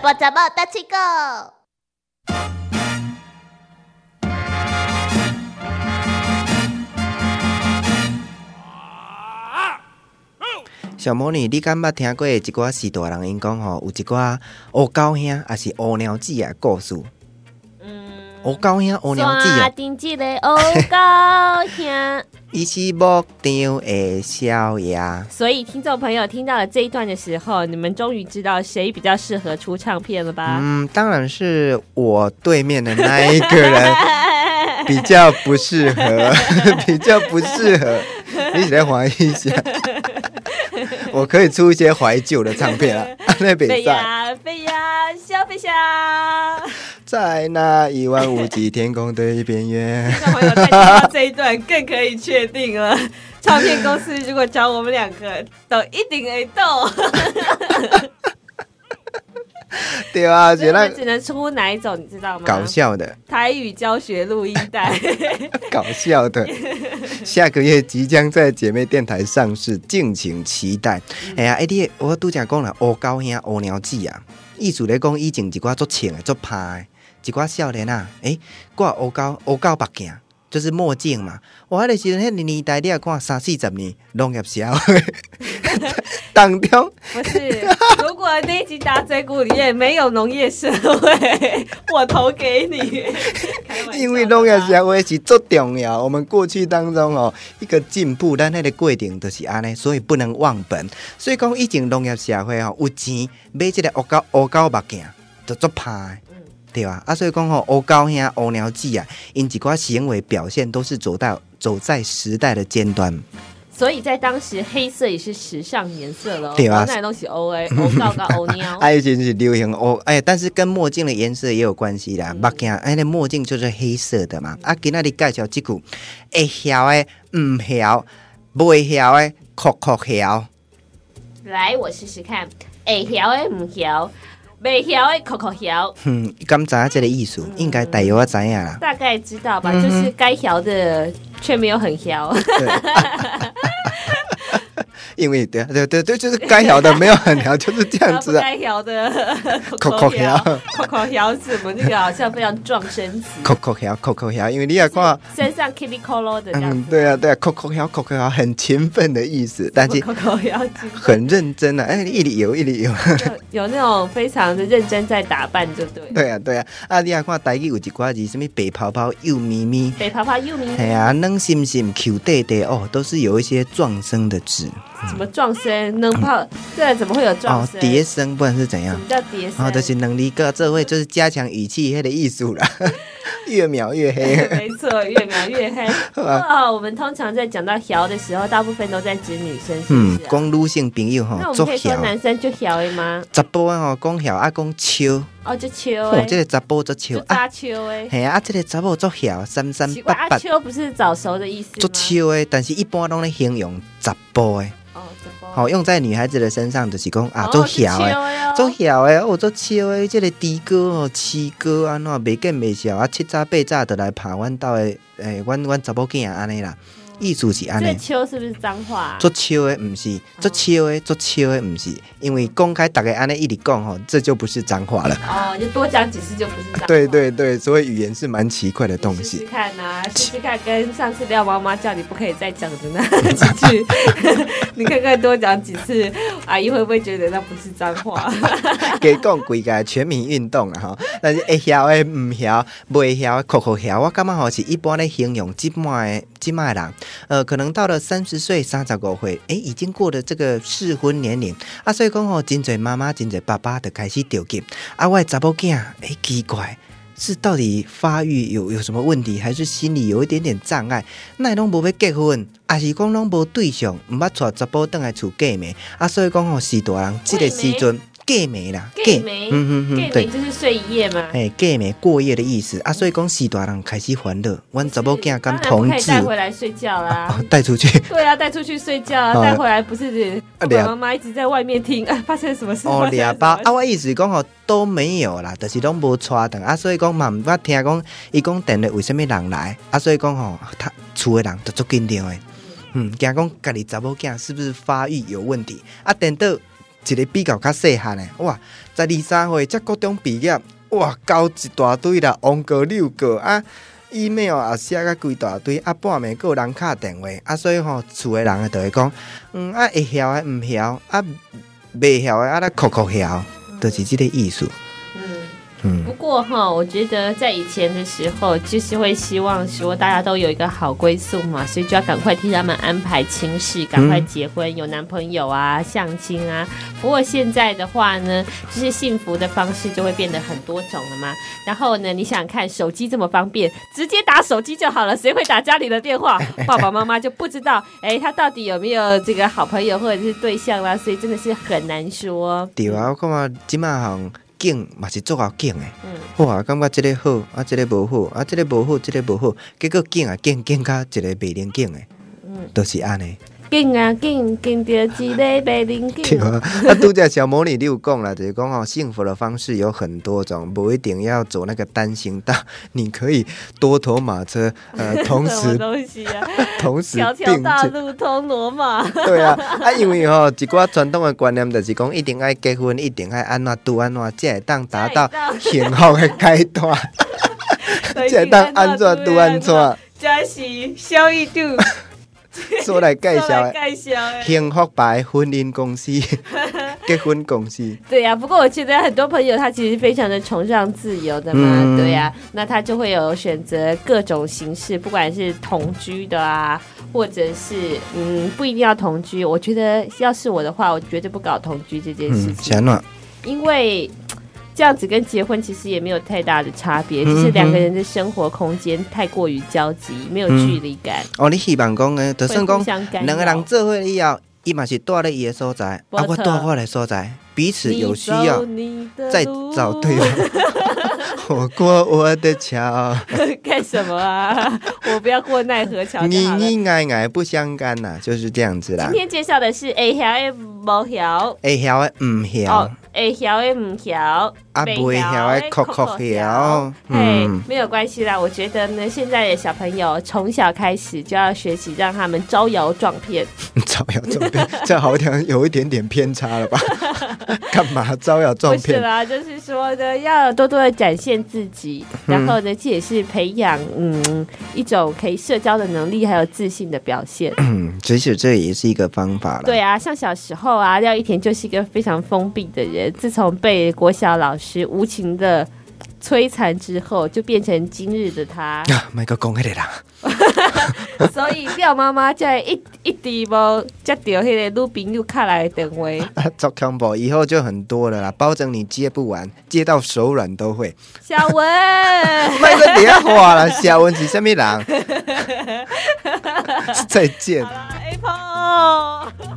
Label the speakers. Speaker 1: 波杂报大气 Go。
Speaker 2: 小魔女，你敢捌听过一寡是大人因讲吼，有一寡乌狗兄还是乌鸟子的故事？
Speaker 1: 嗯，
Speaker 2: 乌狗兄、乌鸟子啊，
Speaker 1: 顶即个
Speaker 3: 哦
Speaker 1: 乌高兄。
Speaker 2: 伊是木雕的少爷。
Speaker 3: 所以，听众朋友听到了这一段的时候，你们终于知道谁比较适合出唱片了吧？
Speaker 2: 嗯，当然是我对面的那一个人 比较不适合， 比较不适合。你起来怀疑 一下，我可以出一些怀旧的 唱片啊，那
Speaker 3: 飞
Speaker 2: 比赛
Speaker 3: 呀飞呀，笑飞翔！
Speaker 2: 在那一望无际天空的边缘。
Speaker 3: 听众朋友在听到这一段，更可以确定了， 唱片公司如果找我们两个，都一定会斗。
Speaker 2: 对啊，
Speaker 3: 所以
Speaker 2: 觉
Speaker 3: 我们
Speaker 2: 得
Speaker 3: 只能出哪一种，你知道吗？
Speaker 2: 搞笑的，
Speaker 3: 台语教学录音带，
Speaker 2: 搞笑的，下个月即将在姐妹电台上市，敬请期待。哎呀，哎你，我拄则讲了，乌狗兄、乌鸟子啊，意思咧讲以前一寡足穿的、足拍的，一寡少年啊，哎，挂乌狗、乌狗目镜。就是墨镜嘛，我迄个时阵，迄个年代你也看三四十年，农业社会 当中，
Speaker 3: 不是？如果那一集打嘴鼓里面没有农业社会，我投给你。开玩笑的啦
Speaker 2: 因为农业社会是足重要。我们过去当中哦，一个进步，咱迄个过程就是安尼，所以不能忘本。所以讲，以前农业社会吼、有钱买即个乌狗乌狗目镜，就足怕的。对吧？啊，所以讲吼，乌狗兄、乌鸟子啊，因一寡行为表现都是走到走在时代的尖端。
Speaker 3: 所以在当时，黑色也是时尚颜色喽。
Speaker 2: 对啊
Speaker 3: 那东西 O A O 告告 O 喵。
Speaker 2: 哎、啊，真是流行哦，哎，但是跟墨镜的颜色也有关系
Speaker 3: 嗯
Speaker 2: 啦。目镜，哎，那墨镜就是黑色的嘛。啊，今仔日介绍即句，会晓的唔晓，袂晓的酷酷晓。
Speaker 3: 来，我试试看，会晓的唔晓，未晓的口口晓，
Speaker 2: 哼、嗯，敢知影这个意思，应该大约啊知影 啦。
Speaker 3: 大概知道
Speaker 2: 嗯
Speaker 3: 吧？就是该晓的却没有很晓。
Speaker 2: 因为对对对对，就是该晓的没有 很 晓，就是这样
Speaker 3: 然后不
Speaker 2: 子啊。
Speaker 3: 该晓的口
Speaker 2: 口口
Speaker 3: 口
Speaker 2: 晓
Speaker 3: 晓，口口晓是什么？那个好像非常撞声 词，
Speaker 2: 酷酷晓，酷酷晓，因为你也看，
Speaker 3: 身上 kitty color 的这样
Speaker 2: 嗯，
Speaker 3: 子。
Speaker 2: 对啊对啊，酷酷晓，酷酷晓，很勤奋的意思，但是
Speaker 3: 口口晓就是
Speaker 2: 很认真啊。哎，一里有，一里有。
Speaker 3: 有那种非常的认真在打扮，就对了。
Speaker 2: 对啊，对啊，啊，你啊看台语有一寡字，什物白泡泡、幼咪咪，
Speaker 3: 北爬爬又名
Speaker 2: 嘿啊，软心心、Q 弟弟哦，都是有一些撞声的字
Speaker 3: 怎么撞声？能泡这怎么会有撞
Speaker 2: 哦
Speaker 3: 声？，
Speaker 2: 叠声不啊哦然是怎
Speaker 3: 什
Speaker 2: 样？
Speaker 3: 么叫叠
Speaker 2: 然
Speaker 3: 声？
Speaker 2: 后就是能力个，这会就是加强语气迄个艺术啦， 越描 越黑。
Speaker 3: 没错，越描越 黑。哦，我们通常在讲到“摇”的时候，大部分都在指女生，是不
Speaker 2: 嗯
Speaker 3: 是、，啊？
Speaker 2: 讲女性朋友
Speaker 3: 那
Speaker 2: 吼，
Speaker 3: 我们
Speaker 2: 作
Speaker 3: 可以说
Speaker 2: 晓。
Speaker 3: 男生就摇的吗？
Speaker 2: 查甫啊吼，讲晓啊讲笑，
Speaker 3: 哦，就秋
Speaker 2: 哦
Speaker 3: 哎，，
Speaker 2: 这个查甫作
Speaker 3: 就
Speaker 2: 笑啊，
Speaker 3: 扎秋哎。
Speaker 2: 嘿啊，啊这个查某作晓，三三
Speaker 3: 奇怪，
Speaker 2: 八
Speaker 3: 啊，
Speaker 2: 八
Speaker 3: 秋不是早熟的意思
Speaker 2: 作
Speaker 3: 吗？
Speaker 2: 笑的，但是一般拢咧形容查甫的。
Speaker 3: 哦，怎么？
Speaker 2: 好、用在女孩子的身上就是讲啊，
Speaker 3: 哦
Speaker 2: 做晓
Speaker 3: 就秋
Speaker 2: 的，
Speaker 3: 哎哦
Speaker 2: 做晓的，哦，做笑的，这个猪哥哦，饲哥安怎袂见袂晓啊，七早八早就来拍阮兜的，诶、阮阮查某囝啊安尼啦，意思是安
Speaker 3: 这
Speaker 2: 尼。
Speaker 3: 秋是不是脏话啊？
Speaker 2: 做笑的毋是，做笑的做笑的毋是，因为公开大家安尼一直讲吼，这就不是脏话了。
Speaker 3: 哦，就多讲几次就不是脏话。
Speaker 2: 对。对对，所以语言是蛮奇怪的东
Speaker 3: 试试
Speaker 2: 西。
Speaker 3: 看呐、啊，试试看，跟上次廖妈妈叫你不可以再讲的 那几句，你看看多讲几次，阿姨会不会觉得那不是脏话？
Speaker 2: 给讲规个全民运动啦吼，但是会晓的毋晓，袂晓的口口晓，我感觉吼是一般咧形容即卖即卖人，呃，可能到了三十岁、三十五岁，诶、已经过了这个适婚年龄啊，所以讲吼，真侪妈妈、真侪爸爸就开始着急啊，我的查某囝，诶、奇怪。是到底发育有有什么问题，还是心理有一点点障碍？那拢无要结婚，还是讲拢无对象，毋捌娶查甫倒来厝嫁妹啊？所以讲吼，是大人即、个时阵嫁妹啦，
Speaker 3: gay 没
Speaker 2: 嗯嗯嗯，
Speaker 3: gay
Speaker 2: 对
Speaker 3: 没，就是睡一夜嘛。
Speaker 2: 哎，嫁妹过夜的意思啊，所以讲是大人开始烦恼，阮查某囝跟
Speaker 3: 当然
Speaker 2: 同
Speaker 3: 不可以
Speaker 2: 志
Speaker 3: 带回来啊睡觉啦
Speaker 2: 哦。带出去。
Speaker 3: 对啊，带出去睡觉啊，
Speaker 2: 哦啊
Speaker 3: 带回来不是爸
Speaker 2: 俩
Speaker 3: 爸妈妈一直在外面听，啊，发生什么事？
Speaker 2: 哦，
Speaker 3: 发生什
Speaker 2: 俩
Speaker 3: 么
Speaker 2: 包
Speaker 3: 事
Speaker 2: 啊，我意思讲吼都没有啦，就是拢无带等啊，所以讲嘛，我听讲伊讲电话为什物人来啊，所以讲吼，他厝的人都足紧张的，嗯，惊讲家己查某囝是不是发育有问题啊，等到一个比较较细汉的，哇，十二三岁才高中毕业，哇，交一大堆啦，王哥六哥啊。email 也写甲规大堆，啊半暝还有人敲电话，啊所以吼厝的人啊就会讲，嗯啊会晓的毋晓，啊袂晓的啊咱酷酷晓，就是即个意思。
Speaker 3: 嗯。
Speaker 2: 嗯
Speaker 3: 不过哈，我觉得在以前的时候，就是会希望说大家都有一个好归宿嘛，所以就要赶快替他们安排亲事，赶快结婚、有男朋友啊、相亲啊。不过现在的话呢，就是幸福的方式就会变得很多种了嘛。然后呢，你想想看，手机这么方便，直接打手机就好了，谁会打家里的电话？爸爸妈妈就不知道，哎，他到底有没有这个好朋友或者是对象啦、所以真的是很难说。
Speaker 2: 对啊，我感觉即马行景嘛是足够景的。
Speaker 3: 嗯。
Speaker 2: 哇，感觉即个好，啊，即、个无好，啊，即、个无好，即、个无好，结果景啊景景到一个袂灵景的，
Speaker 3: 嗯
Speaker 2: 都、就是安尼。
Speaker 3: 紧啊紧，紧着一个白灵
Speaker 2: 对
Speaker 3: 紧。
Speaker 2: 啊，啊，拄则小魔女你有讲啦，就是讲哦，幸福的方式有很多种，不一定要走那个单行道，你可以多头马车，呃， 同
Speaker 3: 什么
Speaker 2: 时
Speaker 3: 东西 啊？
Speaker 2: 同时
Speaker 3: 条条
Speaker 2: 并
Speaker 3: 大
Speaker 2: 进。
Speaker 3: 路通罗马。
Speaker 2: 对啊，啊，因为吼、一寡传统的观念就是讲，一定爱结婚，一定爱安怎拄安怎，才会当 达到
Speaker 3: 才会当
Speaker 2: 幸福的阶段， 才会当安怎拄安怎。
Speaker 3: 这是小一 度啊
Speaker 2: 所来介绍 的。
Speaker 3: 介绍的。
Speaker 2: 幸福牌婚姻公 司、结婚公司，
Speaker 3: 对呀、不过我觉得很多朋友他其实非常的崇尚自由的嘛，
Speaker 2: 嗯
Speaker 3: 对呀、那他就会有选择各种形式，不管是同居的啊，或者是嗯不一定要同居。我觉得要是我的话，我绝对不搞同居这件事
Speaker 2: 嗯，
Speaker 3: 情。
Speaker 2: 想暖，
Speaker 3: 因为这样子跟结婚其实也没有太大的差别，
Speaker 2: 嗯哼
Speaker 3: 只是两个人的生活空间太过于交集，没有距离感，
Speaker 2: 哦，你希望讲诶，就
Speaker 3: 会互
Speaker 2: 算讲
Speaker 3: 相干
Speaker 2: 两个人
Speaker 3: 扰。
Speaker 2: 做伙以后，伊嘛是住咧伊的所在，
Speaker 3: 没
Speaker 2: 啊，我
Speaker 3: 错
Speaker 2: 住我的所在，彼此有需要
Speaker 3: 你走你的
Speaker 2: 再
Speaker 3: 路
Speaker 2: 找对方。 我过我的桥，
Speaker 3: 干什么啊？我不要过奈何桥就
Speaker 2: 你
Speaker 3: 好了。
Speaker 2: 你爱爱不相干呐，就是这样子啦哎
Speaker 3: 今。天介绍的是 A 条 A 毛条。
Speaker 2: 会晓的唔晓
Speaker 3: 哦，，会晓的唔晓，
Speaker 2: 啊，袂晓的酷酷晓，
Speaker 3: 哎嘿
Speaker 2: 嗯，，
Speaker 3: 没有关系啦。我觉得呢，现在的小朋友从小开始就要学习，让他们招摇撞骗，
Speaker 2: 招摇撞骗， 这好像有一点点偏 差了吧？干嘛招摇撞
Speaker 3: 不是
Speaker 2: 骗？
Speaker 3: 啦，就是说呢，要多多的展现自己，然后呢，这也是培养嗯一种可以社交的能力，还有自信的表现。
Speaker 2: 嗯，其实这也是一个方法了。，
Speaker 3: 对啊，像小时候啊，廖一田就是一个非常封闭的人，自从被国小老师无情的。摧残之后，就变成今日的他
Speaker 2: 啊，莫个讲迄个啦，
Speaker 3: 所以廖妈妈在一一直无接到迄个女朋友卡来的电话，
Speaker 2: 啊做恐怖以后就很多了啦，保证你接不完，接到手软都会。
Speaker 3: 小文，
Speaker 2: 莫个底下话啦，小文是啥 物人？再见。
Speaker 3: Apple。